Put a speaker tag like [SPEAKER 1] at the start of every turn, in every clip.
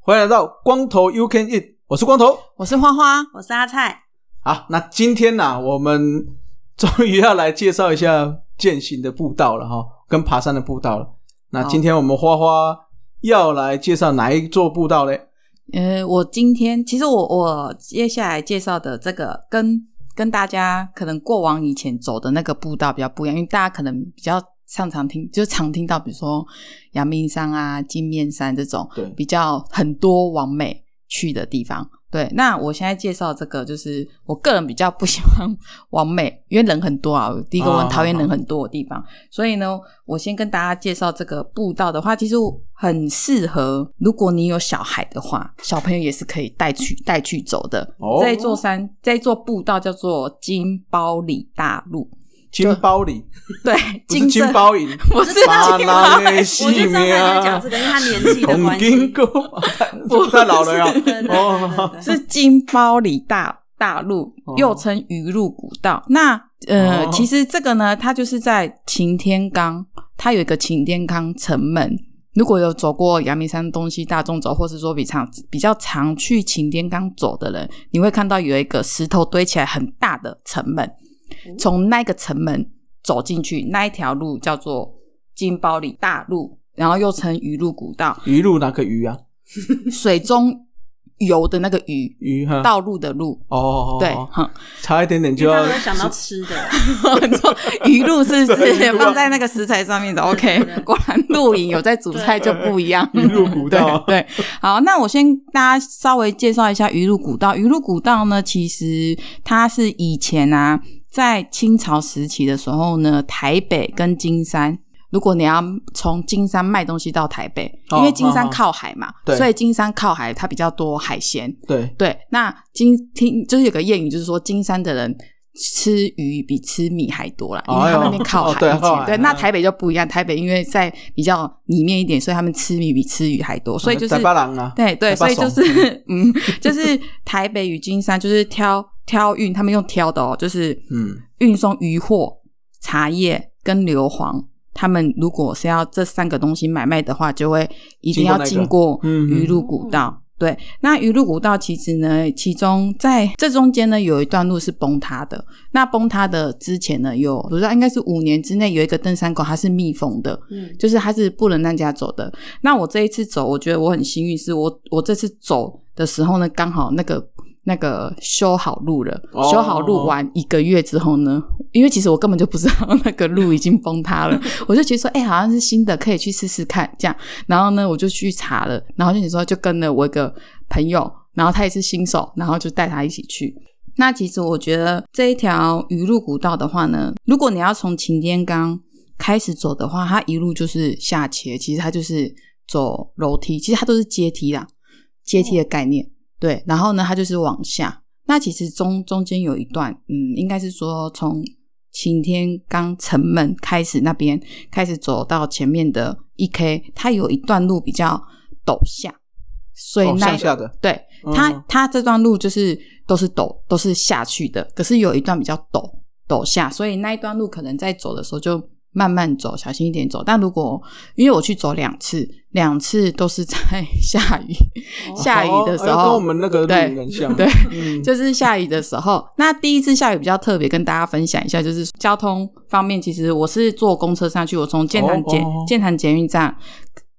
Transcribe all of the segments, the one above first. [SPEAKER 1] 欢迎来到光头 You Can Eat，我是光头。
[SPEAKER 2] 我是花花，
[SPEAKER 3] 我是阿菜，
[SPEAKER 1] 好，那今天呢、我们终于要来介绍一下践行的步道了哈，跟爬山的步道了。那今天我们花花要来介绍哪一座步道嘞？
[SPEAKER 2] 呃，我今天其实我我接下来介绍的这个跟跟大家可能过往以前走的那个步道比较不一样，因为大家可能比较常常听，就常听到比如说阳明山啊、金面山这种
[SPEAKER 1] 对
[SPEAKER 2] 比较很多往美去的地方。对，那我现在介绍这个，就是我个人比较不喜欢往美，因为人很多啊。第一个，我很讨厌人很多的地方。所以呢，我先跟大家介绍这个步道的话，其实很适合，如果你有小孩的话，小朋友也是可以带去带去走的。
[SPEAKER 1] 哦
[SPEAKER 2] 这一座山，这一座步道叫做金包里大路，
[SPEAKER 1] 金包里
[SPEAKER 2] 对，
[SPEAKER 1] 不是
[SPEAKER 2] 金
[SPEAKER 1] 金
[SPEAKER 2] 正，
[SPEAKER 1] 包银，
[SPEAKER 2] 不是
[SPEAKER 1] 巴
[SPEAKER 2] 金包
[SPEAKER 1] 拉内
[SPEAKER 3] 我就
[SPEAKER 1] 西
[SPEAKER 3] 知道他
[SPEAKER 1] 米
[SPEAKER 3] 在讲
[SPEAKER 1] 啊
[SPEAKER 3] 这，个，因为他年纪的
[SPEAKER 1] 红
[SPEAKER 3] 关
[SPEAKER 1] 金
[SPEAKER 3] 系。
[SPEAKER 1] 沟，不太老了呀
[SPEAKER 3] 对对对。
[SPEAKER 1] 哦，
[SPEAKER 3] 对对
[SPEAKER 2] 是金包里大大路
[SPEAKER 1] 哦，
[SPEAKER 2] 又称鱼路古道。那呃，
[SPEAKER 1] 哦
[SPEAKER 2] 其实这个呢，它就是在擎天岗，它有一个擎天岗城门。如果有走过阳明山东西大众走，或是说比常比较常去擎天岗走的人，你会看到有一个石头堆起来很大的城门，
[SPEAKER 1] 哦
[SPEAKER 2] 从那个城门走进去，那一条路叫做金包里大路，然后又称鱼路古道，
[SPEAKER 1] 鱼露哪个鱼啊？
[SPEAKER 2] 水中游的那个鱼，
[SPEAKER 1] 鱼哈。
[SPEAKER 2] 道路的路，
[SPEAKER 1] 哦哦，哦
[SPEAKER 2] 对，
[SPEAKER 1] 哦
[SPEAKER 2] 哼，
[SPEAKER 1] 差一点点就
[SPEAKER 3] 因为
[SPEAKER 1] 要
[SPEAKER 3] 他没有想到吃的，
[SPEAKER 2] 你说鱼露是不
[SPEAKER 1] 对鱼
[SPEAKER 2] 是
[SPEAKER 1] 露啊
[SPEAKER 2] 放在那个食材上面的？OK，
[SPEAKER 3] 对
[SPEAKER 2] 果然露营有在煮菜就不一样。
[SPEAKER 1] 鱼露古道啊
[SPEAKER 2] 对，对好，那我先大家稍微介绍一下鱼露古道。鱼露古道呢，其实它是以前啊，在清朝时期的时候呢，台北跟金山。如果你要从金山卖东西到台北，
[SPEAKER 1] 哦
[SPEAKER 2] 因为金
[SPEAKER 1] 哦
[SPEAKER 2] 山
[SPEAKER 1] 哦
[SPEAKER 2] 靠海嘛，
[SPEAKER 1] 对
[SPEAKER 2] 所以金山靠海它比较多海鲜。
[SPEAKER 1] 对，
[SPEAKER 2] 对，那金听就是有个谚语，就是说金山的人吃鱼比吃米还多啦，因为他们那边靠
[SPEAKER 1] 哦
[SPEAKER 2] 海
[SPEAKER 1] 对
[SPEAKER 2] 以前
[SPEAKER 1] 靠海
[SPEAKER 2] 对，
[SPEAKER 1] 嗯
[SPEAKER 2] 那台北就不一样，台北因为在比较里面一点，所以他们吃米比吃鱼还多，所以就是
[SPEAKER 1] 台巴郎啊，
[SPEAKER 2] 对对，
[SPEAKER 1] 台
[SPEAKER 2] 所
[SPEAKER 1] 北
[SPEAKER 2] 以就
[SPEAKER 1] 爽
[SPEAKER 2] 是 嗯，就是台北与金山就是挑挑运，他们用挑的哦，就是
[SPEAKER 1] 嗯，
[SPEAKER 2] 运送鱼货、茶叶跟硫磺。他们如果是要这三个东西买卖的话，就会一定要
[SPEAKER 1] 经
[SPEAKER 2] 经
[SPEAKER 1] 过
[SPEAKER 2] 过
[SPEAKER 1] 那个嗯嗯
[SPEAKER 2] 鱼路古道。对，那鱼路古道其实呢，其中在这中间呢，有一段路是崩塌的。那崩塌的之前呢，有不知道应该是五年之内有一个登山口它是密封的，
[SPEAKER 3] 嗯，
[SPEAKER 2] 就是它是不能让人家走的。那我这一次走，我觉得我很幸运，是我我这次走的时候呢，刚好那个那个修好路了，
[SPEAKER 1] 哦
[SPEAKER 2] 修好路完一个月之后呢，因为其实我根本就不知道 那个路已经崩塌了，我就觉得说，哎、好像是新的，可以去试试看这样。然后呢，我就去查了，然后就你说就跟了我一个朋友，然后他也是新手，然后就带他一起去。那其实我觉得这一条鱼路古道的话呢，如果你要从擎天岗开始走的话，它一路就是下切，其实它就是走楼梯，其实它都是阶梯啦，阶梯
[SPEAKER 1] 哦
[SPEAKER 2] 的概念。对，然后呢，它就是往下。那其实中中间有一段，嗯，应该是说从擎天岗城门开始那边开始走到前面的一 K，它有一段路比较陡下，所以
[SPEAKER 1] 哦
[SPEAKER 2] 那、
[SPEAKER 1] 向下的，
[SPEAKER 2] 对
[SPEAKER 1] 嗯
[SPEAKER 2] 它它这段路就是都是陡，都是下去的，可是有一段比较陡陡下，所以那一段路可能在走的时候就慢慢走，小心一点走。但如果因为我去走两次，两次都是在 下雨，下雨的时
[SPEAKER 1] 哦哎跟我
[SPEAKER 2] 候。
[SPEAKER 1] 们那个露营很像，
[SPEAKER 2] 对，
[SPEAKER 1] 嗯，
[SPEAKER 2] 就是下雨的时候。那第一次下雨比较特别，跟大家分享一下，就是交通方面，其实我是坐公车上去，我从建潭捷
[SPEAKER 1] 哦哦
[SPEAKER 2] 建潭捷运站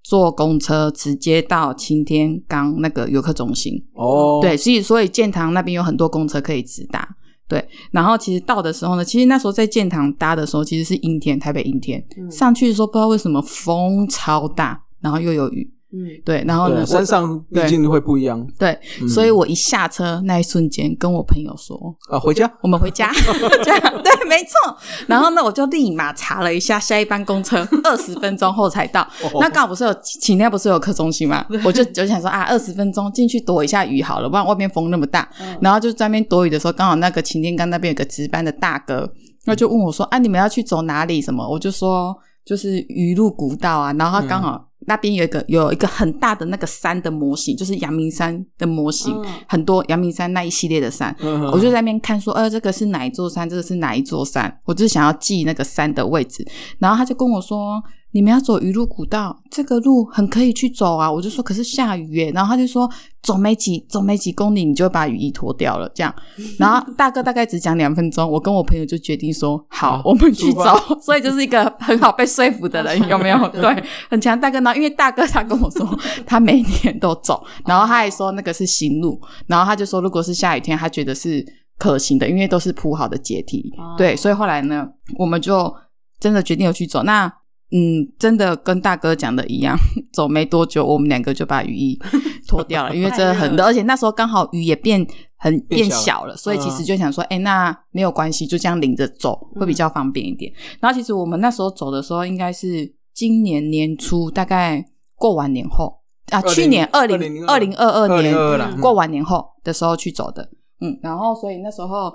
[SPEAKER 2] 坐公车直接到擎天岗那个游客中心。
[SPEAKER 1] 哦，
[SPEAKER 2] 对，所以所以建堂那边有很多公车可以直达。对，然后其实到的时候呢，其实那时候在建堂搭的时候，其实是阴天，台北阴天。
[SPEAKER 3] 嗯
[SPEAKER 2] 上去的时候不知道为什么风超大，然后又有雨，
[SPEAKER 3] 嗯，
[SPEAKER 2] 对，然后
[SPEAKER 1] 对啊
[SPEAKER 2] 呢，哦我
[SPEAKER 1] 山上
[SPEAKER 2] 对
[SPEAKER 1] 毕竟会不一样
[SPEAKER 2] 对，
[SPEAKER 1] 嗯
[SPEAKER 2] 所以我一下车那一瞬间跟我朋友说，
[SPEAKER 1] 啊。回家
[SPEAKER 2] 我们回家， 这样对，没错。然后呢，我就立马查了一下下一班公车，二十分钟后才到。
[SPEAKER 1] 哦
[SPEAKER 3] 哦
[SPEAKER 2] 那刚好不是有请天不是有客中心嘛？我就就想说啊，二十分钟进去躲一下雨好了，不然外面风那么大。
[SPEAKER 3] 嗯
[SPEAKER 2] 然后就在那边躲雨的时候，刚好那个擎天岗那边有个值班的大哥，
[SPEAKER 3] 嗯
[SPEAKER 2] 那就问我说：“啊，你们要去走哪里？什么？”我就说：“就是鱼路古道啊。”然后他刚
[SPEAKER 3] 嗯
[SPEAKER 2] 好那边有一个有一个很大的那个山的模型，就是阳明山的模型，
[SPEAKER 3] 嗯
[SPEAKER 2] 很多阳明山那一系列的山。我
[SPEAKER 1] 我
[SPEAKER 2] 就在那边看说，呃，这个是哪一座山？这个是哪一座山？我就是想要记那个山的位置。然后他就跟我说，你们要走鱼路古道，这个路很可以去走啊。我就说，可是下雨耶。然后他就说，走没几走没几公里，你就把雨衣脱掉了。这样，然后大哥大概只讲两分钟，我跟我朋友就决定说，好
[SPEAKER 1] 好，
[SPEAKER 2] 我们去
[SPEAKER 1] 出
[SPEAKER 2] 走
[SPEAKER 1] 发。
[SPEAKER 2] 所以就是一个很好被说服的人，有没 有？对，很强大哥呢，因为大哥他跟我说，他每年都走，然后他还说那个是行路，然后他就说如果是下雨天，他觉得是可行的，因为都是铺好的阶梯。
[SPEAKER 3] 哦
[SPEAKER 2] 对，所以后来呢，我们就真的决定要去走。那嗯，真的跟大哥讲的一样， 走没多久，我们两个就把雨衣 脱掉了，因为真的很热，而且那时候刚好雨也变很
[SPEAKER 1] 变
[SPEAKER 2] 变
[SPEAKER 1] 小了
[SPEAKER 2] 小了，所以其
[SPEAKER 1] 嗯
[SPEAKER 2] 实就想说，哎、那没有关系，就这样领着走会比较方便一点。然后其实我们那时候走的时候，应该是今年年初，大概过完年后啊，
[SPEAKER 1] 20
[SPEAKER 2] 去年二零
[SPEAKER 1] 2022
[SPEAKER 2] 二零二二年
[SPEAKER 1] 2022啦
[SPEAKER 2] 嗯过完年后的时候去走的，嗯，然后所以那时候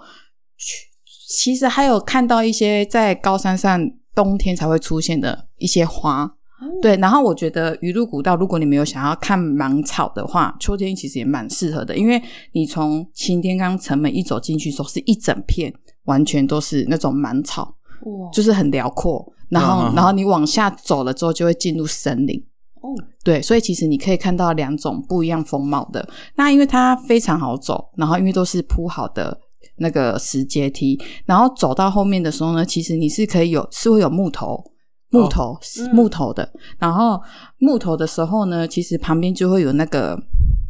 [SPEAKER 2] 去，其实还有看到一些在高山上冬天才会出现的一些花。对，然后我觉得鱼路古道，如果你们有想要看芒草的话，秋天其实也蛮适合的，因为你从擎天岗城门一走进去的时候，是一整片完全都是那种芒草，
[SPEAKER 3] 哇，
[SPEAKER 2] 就是很辽阔。然后，
[SPEAKER 1] 嗯嗯嗯
[SPEAKER 2] 然后你往下走了之后，就会进入森林。
[SPEAKER 3] 哦，
[SPEAKER 2] 对，所以其实你可以看到两种不一样风貌的。那因为它非常好走，然后因为都是铺好的那个石阶梯，然后走到后面的时候呢，其实你是可以有是会有木头。木头、
[SPEAKER 3] 嗯
[SPEAKER 2] 木头的，然后木头的时候呢，其实旁边就会有那个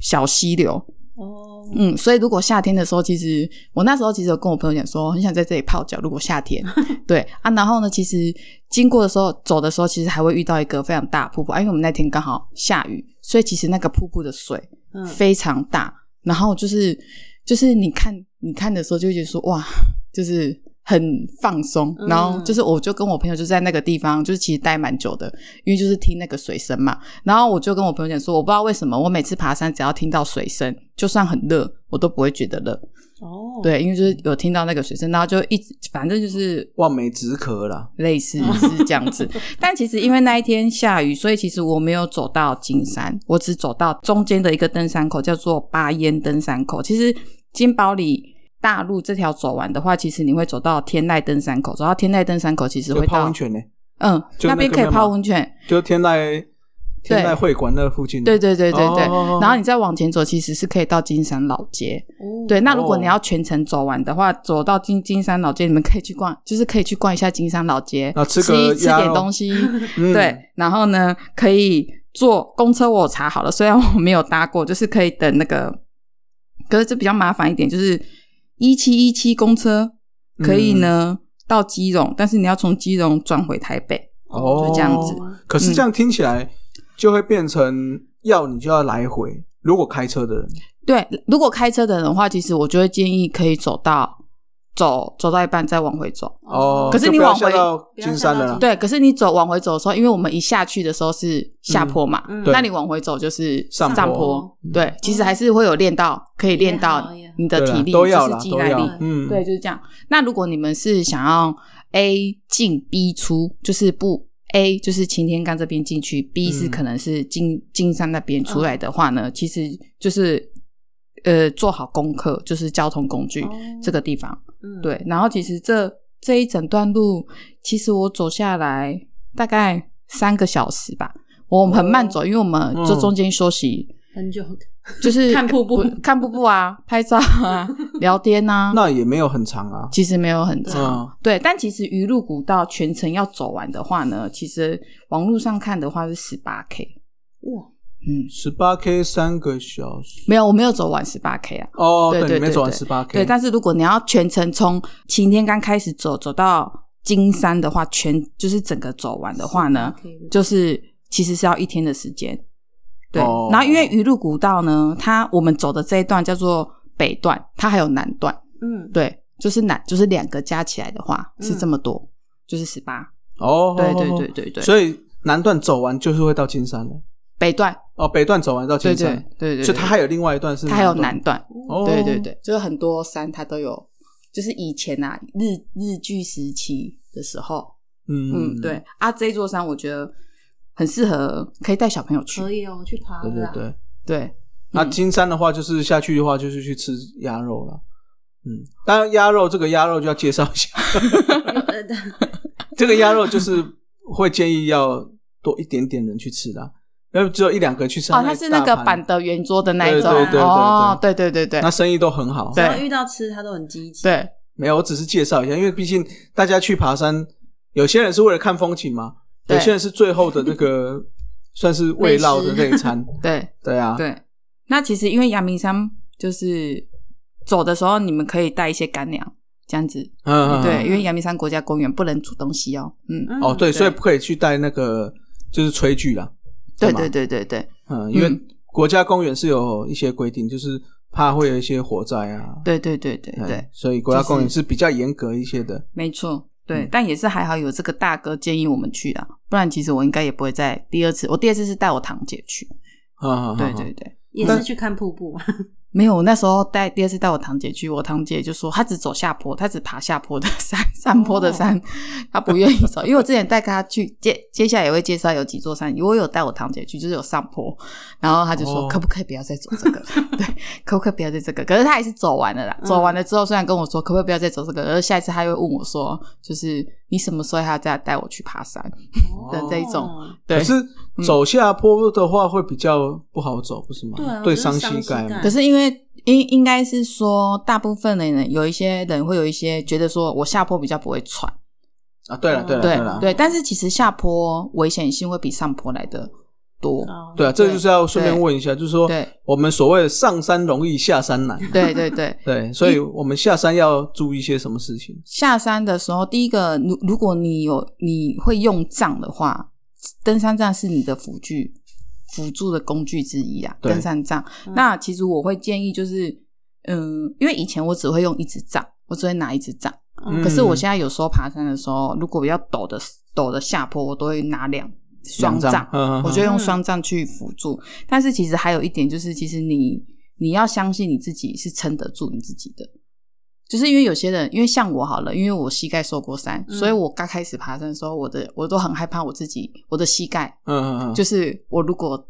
[SPEAKER 2] 小溪流，
[SPEAKER 3] 哦，
[SPEAKER 2] 嗯，所以如果夏天的时候，其实我那时候其实有跟我朋友讲说，很想在这里泡脚。如果夏天，对啊，然后呢，其实经过的时候，走的时候，其实还会遇到一个非常大的瀑布，啊、因为我们那天刚好下雨，所以其实那个瀑布的水
[SPEAKER 3] 嗯，
[SPEAKER 2] 非常大。然后就是就是你看你看的时候，就会觉得说哇，就是很放松。
[SPEAKER 3] 嗯
[SPEAKER 2] 然后就是我就跟我朋友就在那个地方，就是其实待蛮久的，因为就是听那个水声嘛。然后我就跟我朋友讲说，我不知道为什么，我每次爬山只要听到水声，就算很热，我都不会觉得热。
[SPEAKER 3] 哦，，
[SPEAKER 2] 对，因为就是有听到那个水声，然后就一直反正就是
[SPEAKER 1] 望梅止渴啦。
[SPEAKER 2] 类似是这样子。但其实因为那一天下雨，所以其实我没有走到金山，我只走到中间的一个登山口，叫做巴烟登山口。其实金宝里大路这条走完的话，其实你会走到天籁登山口，走到天籁登山口其实
[SPEAKER 1] 有
[SPEAKER 2] 会
[SPEAKER 1] 泡
[SPEAKER 2] 到
[SPEAKER 1] 温。泉呢，
[SPEAKER 2] 嗯，
[SPEAKER 1] 就
[SPEAKER 2] 那
[SPEAKER 1] 那个
[SPEAKER 2] 边可以
[SPEAKER 1] 面
[SPEAKER 2] 泡
[SPEAKER 1] 吗嗯
[SPEAKER 2] 温泉，
[SPEAKER 1] 就天籁天籁
[SPEAKER 2] 对
[SPEAKER 1] 会馆那附近。
[SPEAKER 2] 对对对对对。
[SPEAKER 1] 哦
[SPEAKER 2] 然后你再往前走，其实是可以到金山老街。
[SPEAKER 3] 哦，
[SPEAKER 2] 对，那如果
[SPEAKER 1] 哦
[SPEAKER 2] 你要全程走完的话，走到金金山老街，你们可以去逛，就是可以去逛一下金山老街，
[SPEAKER 1] 啊吃
[SPEAKER 2] 吃
[SPEAKER 1] 个
[SPEAKER 2] 一吃
[SPEAKER 1] 鸭
[SPEAKER 2] 点
[SPEAKER 1] 肉
[SPEAKER 2] 东西，
[SPEAKER 1] 嗯
[SPEAKER 2] 对，然后呢，可以坐公车，我有查好了， 虽然我没有搭过，就是可以等那个，可是这比较麻烦一点，就是一七一七公车可以呢、到基隆，但是你要从基隆转回台北，
[SPEAKER 1] 哦，
[SPEAKER 2] 就这样子。
[SPEAKER 1] 可是这样听起来就会变成要你就要来回，如果开车的人
[SPEAKER 2] 对，如果开车的人的话，其实我就会建议可以走到走走到一半再往回走，
[SPEAKER 1] 哦，
[SPEAKER 2] 可是你
[SPEAKER 1] 就不要
[SPEAKER 2] 往回
[SPEAKER 1] 下到金山的啦
[SPEAKER 3] 不要下到金，
[SPEAKER 2] 对，可是你走往回走的时候，因为我们一下去的时候是下坡嘛，
[SPEAKER 3] 嗯
[SPEAKER 1] 对
[SPEAKER 2] 那你往回走就是
[SPEAKER 1] 上嗯
[SPEAKER 2] 坡。
[SPEAKER 3] 坡
[SPEAKER 2] 对，其实还是会有练到，可以练
[SPEAKER 3] 也
[SPEAKER 2] 到
[SPEAKER 3] 好也好
[SPEAKER 2] 你的
[SPEAKER 1] 对啦啊
[SPEAKER 2] 体力，
[SPEAKER 1] 都要
[SPEAKER 2] 就
[SPEAKER 1] 啦
[SPEAKER 2] 是，肌
[SPEAKER 1] 都
[SPEAKER 2] 耐
[SPEAKER 1] 要
[SPEAKER 2] 力。
[SPEAKER 1] 嗯，
[SPEAKER 2] 对，，就是这样。那如果你们是想要 A 进 B 出，就是不 A 就是擎天岗这边进去，B 是
[SPEAKER 1] 嗯
[SPEAKER 2] 可能是金金山那边出来的话
[SPEAKER 3] 嗯
[SPEAKER 2] 呢，其实就是呃做好功课，就是交通工具、
[SPEAKER 3] 哦
[SPEAKER 2] 这个地方。
[SPEAKER 3] 嗯，
[SPEAKER 2] 对，然后其实这这一整段路，其实我走下来大概三个小时吧。我们很
[SPEAKER 3] 哦
[SPEAKER 2] 慢走，因为我们这
[SPEAKER 1] 嗯
[SPEAKER 2] 中间休息，
[SPEAKER 3] 很久，
[SPEAKER 2] 就是
[SPEAKER 3] 看瀑布
[SPEAKER 2] 不看瀑布啊，拍照啊，聊天啊，
[SPEAKER 1] 那也没有很长啊，
[SPEAKER 2] 其实没有很长。
[SPEAKER 1] 嗯，
[SPEAKER 2] 对，但其实鱼路古道全程要走完的话呢，其实网络上看的话是十八 K，
[SPEAKER 3] 哇，
[SPEAKER 2] 嗯，
[SPEAKER 1] 十八 K 三个小时，
[SPEAKER 2] 没有，我没有走完十八 K 啊。
[SPEAKER 1] 哦，
[SPEAKER 2] 对对
[SPEAKER 1] 你没
[SPEAKER 2] 对
[SPEAKER 1] 走完
[SPEAKER 2] 对
[SPEAKER 1] 十八 K，
[SPEAKER 2] 对，但是如果你要全程从擎天岗开始走，走到金山的话，全就是整个走完的话呢，
[SPEAKER 3] 可以的，
[SPEAKER 2] 就是其实是要一天的时间。对，
[SPEAKER 1] 哦
[SPEAKER 2] 然后因为鱼路古道呢，它我们走的这一段叫做北段，它还有南段，
[SPEAKER 3] 嗯，
[SPEAKER 2] 对，就是南就是两个加起来的话是这么多，就是十八。
[SPEAKER 1] 嗯哦，
[SPEAKER 2] 对对对对对，
[SPEAKER 1] 所以南段走完就是会到金山的，
[SPEAKER 2] 北段，
[SPEAKER 1] 哦，北段走完到
[SPEAKER 2] 对
[SPEAKER 1] 金
[SPEAKER 2] 对
[SPEAKER 1] 山，
[SPEAKER 2] 对对，
[SPEAKER 1] 所以它还有另外一段是
[SPEAKER 2] 它还有
[SPEAKER 1] 南
[SPEAKER 2] 南
[SPEAKER 1] 段，
[SPEAKER 2] 段，
[SPEAKER 1] 哦
[SPEAKER 2] 对对，对，就是很多山它都有，就是以前啊日日据时期的时候，嗯，
[SPEAKER 1] 嗯，
[SPEAKER 2] 对啊，这一座山我觉得很适合可以带小朋友去
[SPEAKER 3] 可，以哦，我去爬
[SPEAKER 1] 对对
[SPEAKER 3] 了啊。
[SPEAKER 2] 嗯
[SPEAKER 1] 对。
[SPEAKER 2] 对，
[SPEAKER 1] 那
[SPEAKER 2] 嗯
[SPEAKER 1] 金山的话，就是下去的话，就是去吃鸭肉了。嗯，当然鸭肉这个鸭肉就要介绍一 下，
[SPEAKER 3] 呃对
[SPEAKER 1] 这个鸭肉就是会建议要多一点点人去吃的，因为只有一两个去吃。
[SPEAKER 2] 哦，它是那个
[SPEAKER 1] 大盘
[SPEAKER 2] 板的圆桌的那一
[SPEAKER 1] 对
[SPEAKER 2] 种，
[SPEAKER 1] 对对对
[SPEAKER 2] 哦，对对对对
[SPEAKER 1] 那生意都很好。
[SPEAKER 3] 只
[SPEAKER 2] 对
[SPEAKER 3] 要遇到吃，他都很积极。，
[SPEAKER 2] 对
[SPEAKER 1] 没有，我只是介绍一下，因为毕竟大家去爬山，有些人是为了看风景嘛，
[SPEAKER 2] 对
[SPEAKER 1] 有些人是最后的那 个算是味道的那一餐。
[SPEAKER 2] 对
[SPEAKER 1] 对啊，
[SPEAKER 2] 对。那其实因为阳明山就是走的时候，你们可以带一些干粮，这样子，
[SPEAKER 1] 嗯，嗯
[SPEAKER 2] 对，因为阳明山国家公园不能煮东西哦，嗯，
[SPEAKER 1] 嗯哦对，
[SPEAKER 2] 对
[SPEAKER 1] 所以不可以去带那个就是炊具啦。
[SPEAKER 2] 对
[SPEAKER 1] 吗
[SPEAKER 2] 对对对对
[SPEAKER 1] 嗯，因为
[SPEAKER 2] 嗯
[SPEAKER 1] 国家公园是有一些规定，就是怕会有一些火灾啊。
[SPEAKER 2] 对对对对
[SPEAKER 1] 嗯
[SPEAKER 2] 对，
[SPEAKER 1] 所以国家公园
[SPEAKER 2] 就是
[SPEAKER 1] 比较严格一些的。
[SPEAKER 2] 没错。
[SPEAKER 1] 嗯
[SPEAKER 2] 对，但也是还好有这个大哥建议我们去的，不然其实我应该也不会再第二次。我第二次是带我堂姐去，
[SPEAKER 1] 啊，
[SPEAKER 2] 对对对，
[SPEAKER 3] 也是去看瀑布。
[SPEAKER 2] 没有，我那时候带第二次带我堂姐去，我堂姐就说她只走下坡，她只爬下坡的山，山坡的山，她不愿意走。因为我之前带她去，接接下来也会介绍有几座山，我有带我堂姐去，就是有上坡，然后她就说、
[SPEAKER 1] 哦
[SPEAKER 2] 可不可以不要再走这个？对，可不可以不要再这个？可是她还是走完了啦。
[SPEAKER 3] 嗯
[SPEAKER 2] 走完了之后，虽然跟我说可不可以不要再走这个，而下一次她又问我说，就是你什么时候还要再带我去爬山？的这一种
[SPEAKER 3] 哦，
[SPEAKER 2] 对，嗯
[SPEAKER 1] 可是走下坡的话会比较不好走，不是吗？
[SPEAKER 3] 对啊
[SPEAKER 1] 对
[SPEAKER 3] 就是伤
[SPEAKER 1] 膝
[SPEAKER 3] 膝盖
[SPEAKER 1] 嘛
[SPEAKER 2] 可是因为应应该是说，大部分的人有一些人会有一些觉得说我下坡比较不会喘，
[SPEAKER 1] 啊，对了对了
[SPEAKER 2] 对
[SPEAKER 1] 了
[SPEAKER 2] 对，但是其实下坡危险性会比上坡来的多，
[SPEAKER 3] 哦
[SPEAKER 1] 对啊，这就是要顺便
[SPEAKER 2] 对
[SPEAKER 1] 问一下，就是说
[SPEAKER 2] 对
[SPEAKER 1] 我们所谓的上山容易下山难，
[SPEAKER 2] 对对对。
[SPEAKER 1] 对，所以我们下山要注意一些什么事情？
[SPEAKER 2] 下山的时候，第一个，如如果你有你会用杖的话，登山杖是你的辅具辅助的工具之一啊。
[SPEAKER 1] 对
[SPEAKER 2] 登山杖，
[SPEAKER 3] 嗯
[SPEAKER 2] 那其实我会建议就是，嗯，因为以前我只会用一支杖，我只会拿一支杖。
[SPEAKER 1] 嗯
[SPEAKER 2] 可是我现在有时候爬山的时候，如果比较陡的陡的下坡，我都会拿两双
[SPEAKER 1] 两
[SPEAKER 2] 杖，
[SPEAKER 1] 嗯，嗯
[SPEAKER 2] 我就
[SPEAKER 1] 嗯
[SPEAKER 2] 用双杖去辅助。但是其实还有一点就是，其实你你要相信你自己是撑得住你自己的。就是因为有些人，因为像我好了，因为我膝盖受过伤，
[SPEAKER 3] 嗯
[SPEAKER 2] 所以我刚开始爬山的时候，我的我都很害怕我自己，我的膝盖
[SPEAKER 1] 嗯嗯嗯，
[SPEAKER 2] 就是我如果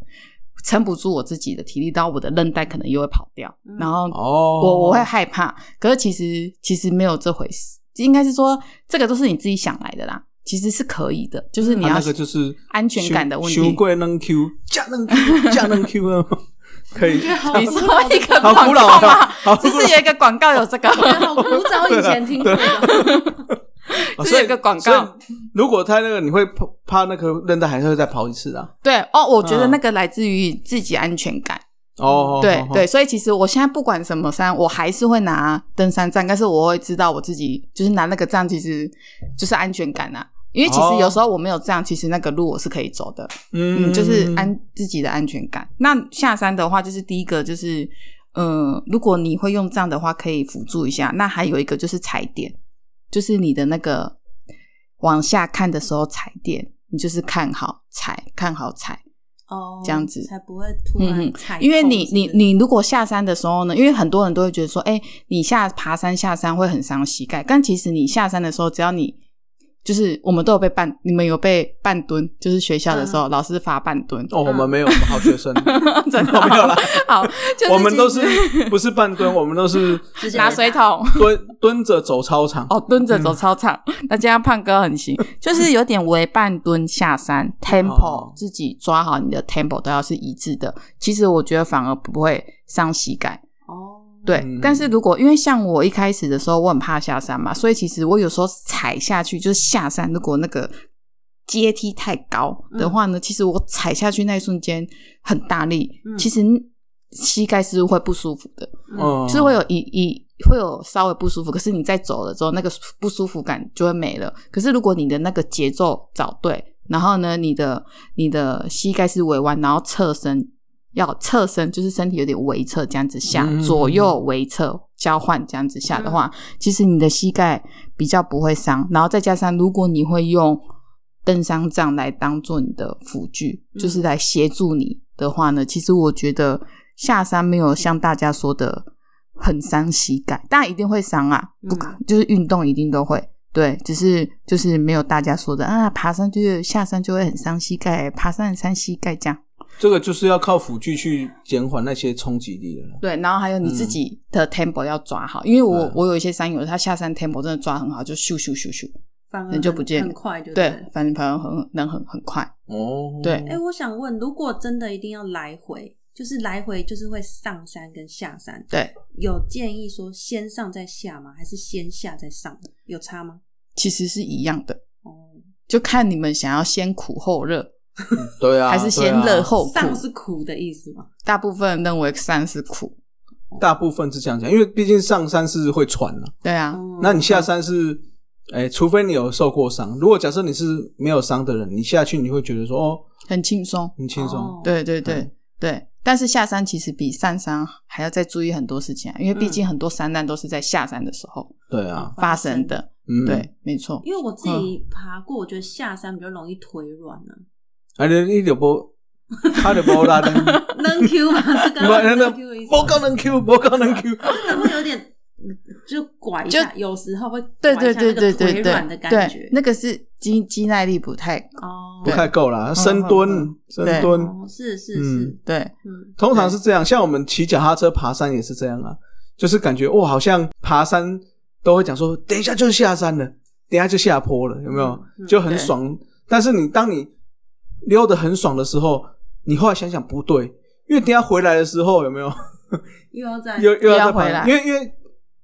[SPEAKER 2] 撑不住我自己的体力，到我的韧带可能又会跑掉，
[SPEAKER 3] 嗯
[SPEAKER 2] 然后
[SPEAKER 1] 哦，
[SPEAKER 2] 我我会害怕。可是其实其实没有这回事，应该是说这个都是你自己想来的啦，其实是可以的，就是你
[SPEAKER 1] 啊
[SPEAKER 2] 要、
[SPEAKER 1] 那个就是
[SPEAKER 2] 安全感的问题
[SPEAKER 1] 熊贵能 Q 加能 Q 加能 Q 啊， 可以
[SPEAKER 3] 我觉得好
[SPEAKER 2] 你
[SPEAKER 3] 古
[SPEAKER 2] 说
[SPEAKER 3] 老的
[SPEAKER 2] 一个
[SPEAKER 1] 好古
[SPEAKER 2] 广
[SPEAKER 1] 老
[SPEAKER 2] 告
[SPEAKER 1] 啊
[SPEAKER 2] 吗？
[SPEAKER 1] 好古
[SPEAKER 2] 就
[SPEAKER 1] 老
[SPEAKER 2] 是有一个广告有这个，
[SPEAKER 3] 我觉得好古早以前听过的，
[SPEAKER 1] 啊
[SPEAKER 2] 这
[SPEAKER 1] 所以
[SPEAKER 2] 有个广告
[SPEAKER 1] 所以如果他那个你会怕怕那个韧带还是会再跑一次啊？
[SPEAKER 2] 对哦，我觉得
[SPEAKER 1] 嗯
[SPEAKER 2] 那个来自于自己安全感，
[SPEAKER 1] 哦，
[SPEAKER 2] 对
[SPEAKER 1] 哦
[SPEAKER 2] 对，，所以其实我现在不管什么山，我还是会拿登山杖，但是我会知道我自己就是拿那个杖，其实就是安全感啊。因为其
[SPEAKER 1] 哦
[SPEAKER 2] 实有时候我没有杖，其实那个路我是可以走的，嗯，就是安自己的安全感。那下山的话，就是第一个就是，呃，如果你会用杖的话，可以辅助一下。那还有一个就是踩点，就是你的那个往下看的时候踩点，你就是看好踩，看好踩，
[SPEAKER 3] 哦，
[SPEAKER 2] 这样子
[SPEAKER 3] 才不会突然
[SPEAKER 2] 嗯
[SPEAKER 3] 踩空。
[SPEAKER 2] 因为你
[SPEAKER 3] 哦是不
[SPEAKER 2] 你
[SPEAKER 3] 是，
[SPEAKER 2] 你如果下山的时候呢，因为很多人都会觉得说，哎、你下爬山下山会很伤膝盖，但其实你下山的时候，只要你就是我们都有被半，你们有被半蹲，就是学校的时候、老师罚半蹲，
[SPEAKER 1] 哦，我们没有我们好学生，
[SPEAKER 2] 真的
[SPEAKER 1] 我 没有啦
[SPEAKER 2] 了。 好， 就是
[SPEAKER 1] 我们都
[SPEAKER 2] 其
[SPEAKER 1] 是
[SPEAKER 2] 实
[SPEAKER 1] 不是半蹲，我们都是
[SPEAKER 3] 直接
[SPEAKER 2] 拿水桶
[SPEAKER 1] 蹲蹲着走操场。
[SPEAKER 2] 哦，蹲着
[SPEAKER 1] 嗯
[SPEAKER 2] 走操场。那这样胖哥 很行，就是有点为半蹲下山
[SPEAKER 1] 哦
[SPEAKER 2] ，tempo 自己抓好你的 tempo 都要是一致的。其实我觉得反而不会伤膝盖。
[SPEAKER 3] 哦，
[SPEAKER 2] 对，
[SPEAKER 1] 嗯
[SPEAKER 2] 但是如果因为像我一开始的时候，我很怕下山嘛，所以其实我有时候踩下去就是下山，如果那个阶梯太高的话
[SPEAKER 1] 嗯
[SPEAKER 2] 呢，其实我踩下去那一瞬间很大力，
[SPEAKER 3] 嗯
[SPEAKER 2] 其实膝盖是会不舒服的，
[SPEAKER 1] 嗯，
[SPEAKER 2] 就是会有一一会有稍微不舒服，可是你在走了之后，那个不舒服感就会没了。可是如果你的那个节奏找对，然后呢，你的你的膝盖是微弯，然后侧身要侧身，就是身体有点微侧这样子下，
[SPEAKER 1] 嗯
[SPEAKER 2] 左右微侧交换这样子下的话，其实你的膝盖比较不会伤。然后再加上，如果你会用登山杖来当做你的辅具，
[SPEAKER 3] 嗯
[SPEAKER 2] 就是来协助你的话呢，其实我觉得下山没有像大家说的很伤膝盖，当然一定会伤啊，不可、就是运动一定都会。对，只是就是没有大家说的啊，爬山就是下山就会很伤膝盖，爬山很伤膝盖这样。
[SPEAKER 1] 这个就是要靠辅具去减缓那些冲击力了。
[SPEAKER 2] 对，然后还有你自己的 tempo 要抓好，因为我、我有一些山友，他下山 tempo 真的抓很好，就咻咻咻咻，
[SPEAKER 3] 反而
[SPEAKER 2] 人就
[SPEAKER 3] 很
[SPEAKER 2] 不见了
[SPEAKER 3] 很快就
[SPEAKER 2] 对
[SPEAKER 3] 了，
[SPEAKER 2] 反正朋友很能很很快，
[SPEAKER 1] 哦，
[SPEAKER 2] 对
[SPEAKER 3] 哎、我想问，如果真的一定要来回，就是来回就是会上山跟下山，
[SPEAKER 2] 对，
[SPEAKER 3] 有建议说先上再下吗？还是先下再上？有差吗？
[SPEAKER 2] 其实是一样的，
[SPEAKER 3] 哦，
[SPEAKER 2] 就看你们想要先苦后热，
[SPEAKER 1] 对啊，
[SPEAKER 2] 还是先
[SPEAKER 1] 对
[SPEAKER 2] 热
[SPEAKER 1] 啊
[SPEAKER 2] 后哦苦。
[SPEAKER 3] 上是苦的意思吗？
[SPEAKER 2] 大部分认为山是苦，
[SPEAKER 1] 大部分是这样讲，因为毕竟上山是会喘的、
[SPEAKER 2] 对啊，
[SPEAKER 3] 哦
[SPEAKER 1] 那你下山是，哎、除非你有受过伤。如果假设你是没有伤的人，你下去你会觉得说，哦，
[SPEAKER 2] 很轻松，
[SPEAKER 1] 很轻松。
[SPEAKER 3] 哦
[SPEAKER 2] 对对对、
[SPEAKER 1] 嗯
[SPEAKER 2] 对。但是下山其实比上山还要再注意很多事情啊，因为毕竟很多山难都是在下山的时候
[SPEAKER 1] 对啊，
[SPEAKER 2] 发生的，
[SPEAKER 1] 嗯，
[SPEAKER 2] 对，没错。
[SPEAKER 3] 因为我自己
[SPEAKER 2] 嗯
[SPEAKER 3] 爬过，我觉得下山比较容易腿软呢、
[SPEAKER 1] 啊，你你就无，他就无 啦，
[SPEAKER 3] 啊。能 Q 吗？是刚刚
[SPEAKER 1] 那那
[SPEAKER 3] 能 Q 的意思
[SPEAKER 1] 无
[SPEAKER 3] 吗，
[SPEAKER 1] 高能 Q，无高能 Q。
[SPEAKER 3] 真的会有点就拐一下，有时候会
[SPEAKER 2] 对
[SPEAKER 3] 拐
[SPEAKER 2] 对
[SPEAKER 3] 一下
[SPEAKER 2] 对
[SPEAKER 3] 那
[SPEAKER 2] 对
[SPEAKER 3] 个
[SPEAKER 2] 对
[SPEAKER 3] 腿
[SPEAKER 2] 对
[SPEAKER 3] 软的感
[SPEAKER 2] 对
[SPEAKER 3] 觉，。
[SPEAKER 2] 那个是肌肌耐力不太
[SPEAKER 3] 哦，
[SPEAKER 1] 不太够啦，深
[SPEAKER 2] 嗯
[SPEAKER 1] 蹲
[SPEAKER 2] 嗯，
[SPEAKER 1] 深蹲。
[SPEAKER 3] 哦，是是是，
[SPEAKER 2] 对，
[SPEAKER 3] 嗯，
[SPEAKER 1] 通常是这样，像我们骑脚踏车爬山也是这样啊，就是感觉哇，好像爬山都会讲说，等一下就下山了，等一下就下坡了，有没有？
[SPEAKER 3] 嗯
[SPEAKER 1] 就很爽。但是你当你溜得很爽的时候，你后来想想不对，因为等一下回来的时候有没有
[SPEAKER 3] 又要再
[SPEAKER 1] 又又
[SPEAKER 2] 哎又要
[SPEAKER 1] 再爬
[SPEAKER 2] 回来
[SPEAKER 1] 因为因为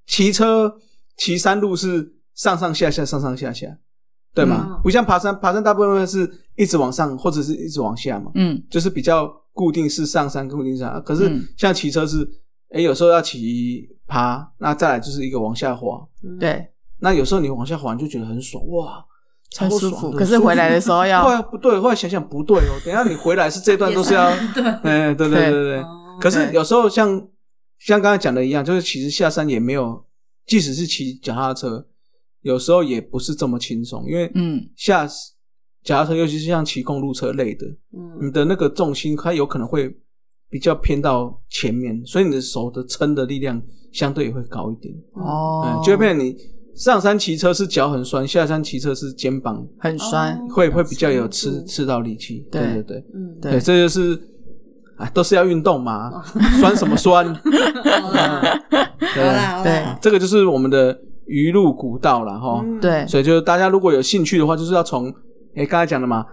[SPEAKER 1] 骑车骑山路是上上下下上上下下，对吗？
[SPEAKER 3] 嗯
[SPEAKER 1] 不像爬山，爬山大部分是一直往上或者是一直往下嘛。
[SPEAKER 2] 嗯，
[SPEAKER 1] 就是比较固定式上山固定上，可是
[SPEAKER 2] 嗯
[SPEAKER 1] 像骑车是，哎、有时候要骑爬，那再来就是一个往下滑，
[SPEAKER 3] 嗯，
[SPEAKER 2] 对，
[SPEAKER 1] 那有时候你往下滑你就觉得很爽，哇，超
[SPEAKER 2] 很舒
[SPEAKER 1] 爽
[SPEAKER 2] 服。
[SPEAKER 1] 的
[SPEAKER 2] 可是回来的时候
[SPEAKER 1] 后
[SPEAKER 2] 要
[SPEAKER 1] 来不对，后来想想不对哦，等一下你回来是这 段都是要，
[SPEAKER 3] 对，
[SPEAKER 1] 哎、对对对对对。
[SPEAKER 3] 哦
[SPEAKER 1] 可是
[SPEAKER 2] 对
[SPEAKER 1] 有时候像像刚才讲的一样，就是其实下山也没有，即使是骑脚踏车，有时候也不是这么轻松，因为
[SPEAKER 2] 嗯，
[SPEAKER 1] 下脚踏车，尤其是像骑公路车类的，你
[SPEAKER 3] 嗯，
[SPEAKER 1] 的那个重心，它有可能会比较偏到前面，所以你的手的撑的力量相对也会高一点。
[SPEAKER 2] 哦
[SPEAKER 1] 嗯，，就会变成你上山骑车是脚很酸，下山骑车是肩膀
[SPEAKER 2] 很酸，
[SPEAKER 3] 哦
[SPEAKER 1] 会会比较有
[SPEAKER 3] 撑
[SPEAKER 1] 吃
[SPEAKER 3] 不住
[SPEAKER 1] 吃到力气。
[SPEAKER 2] 对
[SPEAKER 1] 对对对，
[SPEAKER 3] 嗯，
[SPEAKER 2] 对
[SPEAKER 1] 对，这就是啊，都是要运动嘛，酸什么 酸？啊
[SPEAKER 3] 好啦，哦好
[SPEAKER 1] 对，
[SPEAKER 3] 啦，
[SPEAKER 2] 嗯
[SPEAKER 3] 好
[SPEAKER 2] 对
[SPEAKER 3] 啦，
[SPEAKER 1] 这个就是我们的鱼路古道了哈。
[SPEAKER 3] 嗯
[SPEAKER 2] 对，
[SPEAKER 1] 所以就是大家如果有兴趣的话，就是要从诶刚才讲的嘛，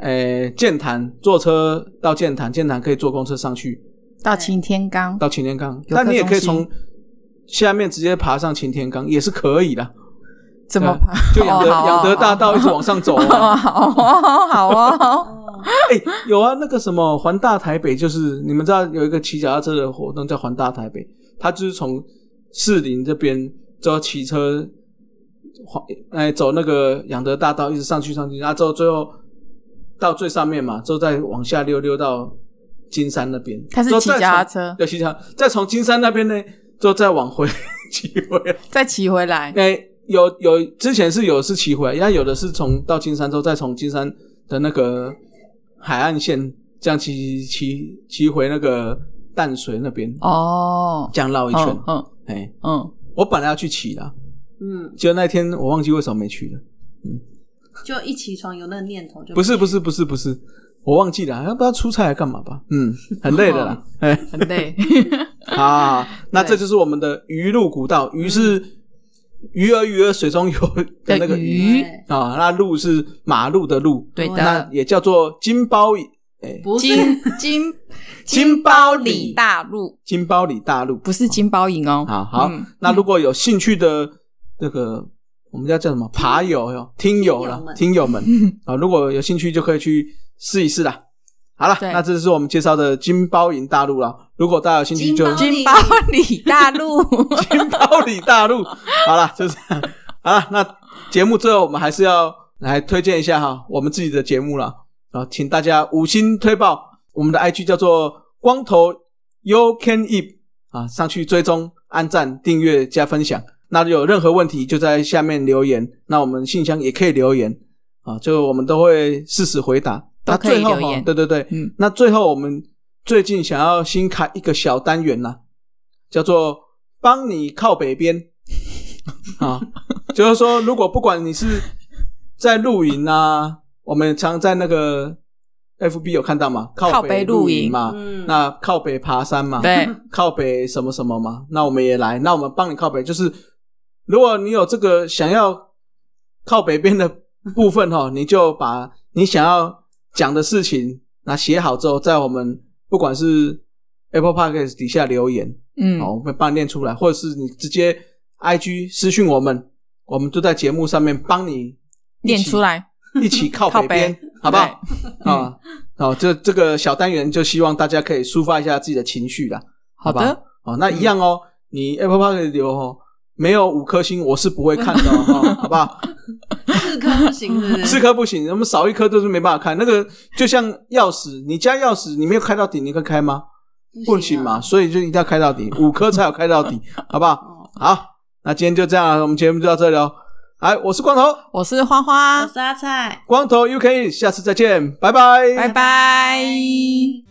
[SPEAKER 1] 诶剑潭坐车到剑潭，剑潭可以坐公车上去，
[SPEAKER 2] 到擎天岗，
[SPEAKER 1] 到擎天岗，
[SPEAKER 2] 游客
[SPEAKER 1] 但你也可以
[SPEAKER 2] 中
[SPEAKER 1] 从
[SPEAKER 2] 心
[SPEAKER 1] 下面直接爬上擎天岗，也是可以的。
[SPEAKER 2] 怎么
[SPEAKER 1] 对
[SPEAKER 2] 爬？
[SPEAKER 1] 就养德
[SPEAKER 2] 哦好哦
[SPEAKER 1] 养德大道一直往上走啊、
[SPEAKER 2] 哦，好哦，好哦，
[SPEAKER 3] 哦，
[SPEAKER 1] 哎、有啊，那个什么环大台北，就是你们知道有一个骑脚踏车的活动叫环大台北，它就是从士林这边之后骑车，环哎走那个养德大道一直上去上去，然啊后之后最后到最上面嘛，之后再往下溜溜到金山那边。
[SPEAKER 2] 它是
[SPEAKER 1] 之后再
[SPEAKER 2] 骑脚踏
[SPEAKER 1] 从
[SPEAKER 2] 车
[SPEAKER 1] 对，骑脚踏，再从金山那边呢，之后再往回骑回来。
[SPEAKER 2] 再骑回来，
[SPEAKER 1] 哎、有有之前是有是骑回来，那有的是从到金山之后，再从金山的那个海岸线这样骑骑骑回那个淡水那边，
[SPEAKER 2] 哦，
[SPEAKER 1] 这样绕一圈。
[SPEAKER 2] 嗯嗯
[SPEAKER 1] 哎、
[SPEAKER 2] 嗯，
[SPEAKER 1] 我本来要去骑的，
[SPEAKER 3] 嗯，
[SPEAKER 1] 结果那天我忘记为什么没去了。
[SPEAKER 3] 就一起床有那个念头就
[SPEAKER 1] 不是不是不是不是，我忘记了，要不要出差来干嘛吧？嗯，很累的啦。哎、
[SPEAKER 2] 很 累，
[SPEAKER 1] 啊，那
[SPEAKER 2] 对
[SPEAKER 1] 这就是我们的鱼路古道，鱼是鱼儿鱼儿水中游的那个鱼
[SPEAKER 2] 鱼
[SPEAKER 3] 对
[SPEAKER 1] 啊，那路是马路的路，
[SPEAKER 2] 对
[SPEAKER 1] 那
[SPEAKER 2] 的，
[SPEAKER 1] 也叫做金包里
[SPEAKER 3] 不是
[SPEAKER 2] 金金
[SPEAKER 1] 金包里
[SPEAKER 2] 里大陆，
[SPEAKER 1] 金包里大路。
[SPEAKER 2] 不是金包银哦，
[SPEAKER 1] 啊，好，
[SPEAKER 2] 嗯
[SPEAKER 1] 那如果有兴趣的那个我们叫叫什么爬友哟，听友啦，听友们 啊，如果有兴趣就可以去试一试啦。好了，
[SPEAKER 2] 对
[SPEAKER 1] 那这是我们介绍的金包银大陆了。如果大家有兴趣就，
[SPEAKER 3] 金
[SPEAKER 2] 金包里大陆，
[SPEAKER 1] 金包里大陆。好了，就这样。 好了，那节目最后我们还是要来推荐一下哈，我们自己的节目了啊，请大家五星推爆。我们的 IG 叫做光头 You Can Eat 啊，上去追踪、按赞、订阅、加分享。那有任何问题就在下面留言，那我们信箱也可以留言啊，就我们都会适时回答。
[SPEAKER 2] 都
[SPEAKER 1] 那
[SPEAKER 2] 可以
[SPEAKER 1] 最后
[SPEAKER 2] 留
[SPEAKER 1] 哈
[SPEAKER 2] 言
[SPEAKER 1] 对对对，
[SPEAKER 2] 嗯，
[SPEAKER 1] 那最后我们最近想要新开一个小单元呐、叫做“帮你靠北边”啊，就是说，如果不管你是在露营啊，我们常在那个 FB 有看到嘛，
[SPEAKER 2] 靠
[SPEAKER 1] 北
[SPEAKER 2] 北露
[SPEAKER 1] 露营
[SPEAKER 2] 营
[SPEAKER 1] 嘛，
[SPEAKER 3] 嗯
[SPEAKER 1] 那靠北爬山嘛，
[SPEAKER 2] 对，
[SPEAKER 1] 靠北什么什么嘛，那我们也来，那我们帮你靠北，就是如果你有这个想要靠北边的部分 哈、你就把你想要讲的事情那写好之后，在我们不管是 Apple Podcast 底下留言，
[SPEAKER 2] 嗯，
[SPEAKER 1] 好，我们帮你念出来，或者是你直接 IG 私讯我们，我们就在节目上面帮你
[SPEAKER 2] 念出来，
[SPEAKER 1] 一起靠
[SPEAKER 2] 靠
[SPEAKER 1] 北边
[SPEAKER 2] 北，
[SPEAKER 1] 好不好？啊，好，这这个小单元就希望大家可以抒发一下自己的情绪啦。
[SPEAKER 2] 好
[SPEAKER 1] 吧
[SPEAKER 2] 的，
[SPEAKER 1] 哦，那一样哦，你 Apple Park 的留哦，没有五颗星我是不会看的 哦，哦好不好？
[SPEAKER 3] 四颗不行，对不对？
[SPEAKER 1] 四颗不行，我们少一颗都是没办法看。那个就像钥匙，你家钥匙你没有开到底，你可以开吗？不行嘛，
[SPEAKER 3] 啊，
[SPEAKER 1] 所以就一定要开到 底，五颗才有开到 底，好不好？
[SPEAKER 3] 哦，
[SPEAKER 1] 好，那今天就这样了，我们节目就到这里哦。哎，我是光头，
[SPEAKER 2] 我是花花
[SPEAKER 3] 我，是阿菜，
[SPEAKER 1] 光头 UK，下次再见，拜拜，
[SPEAKER 2] 拜拜。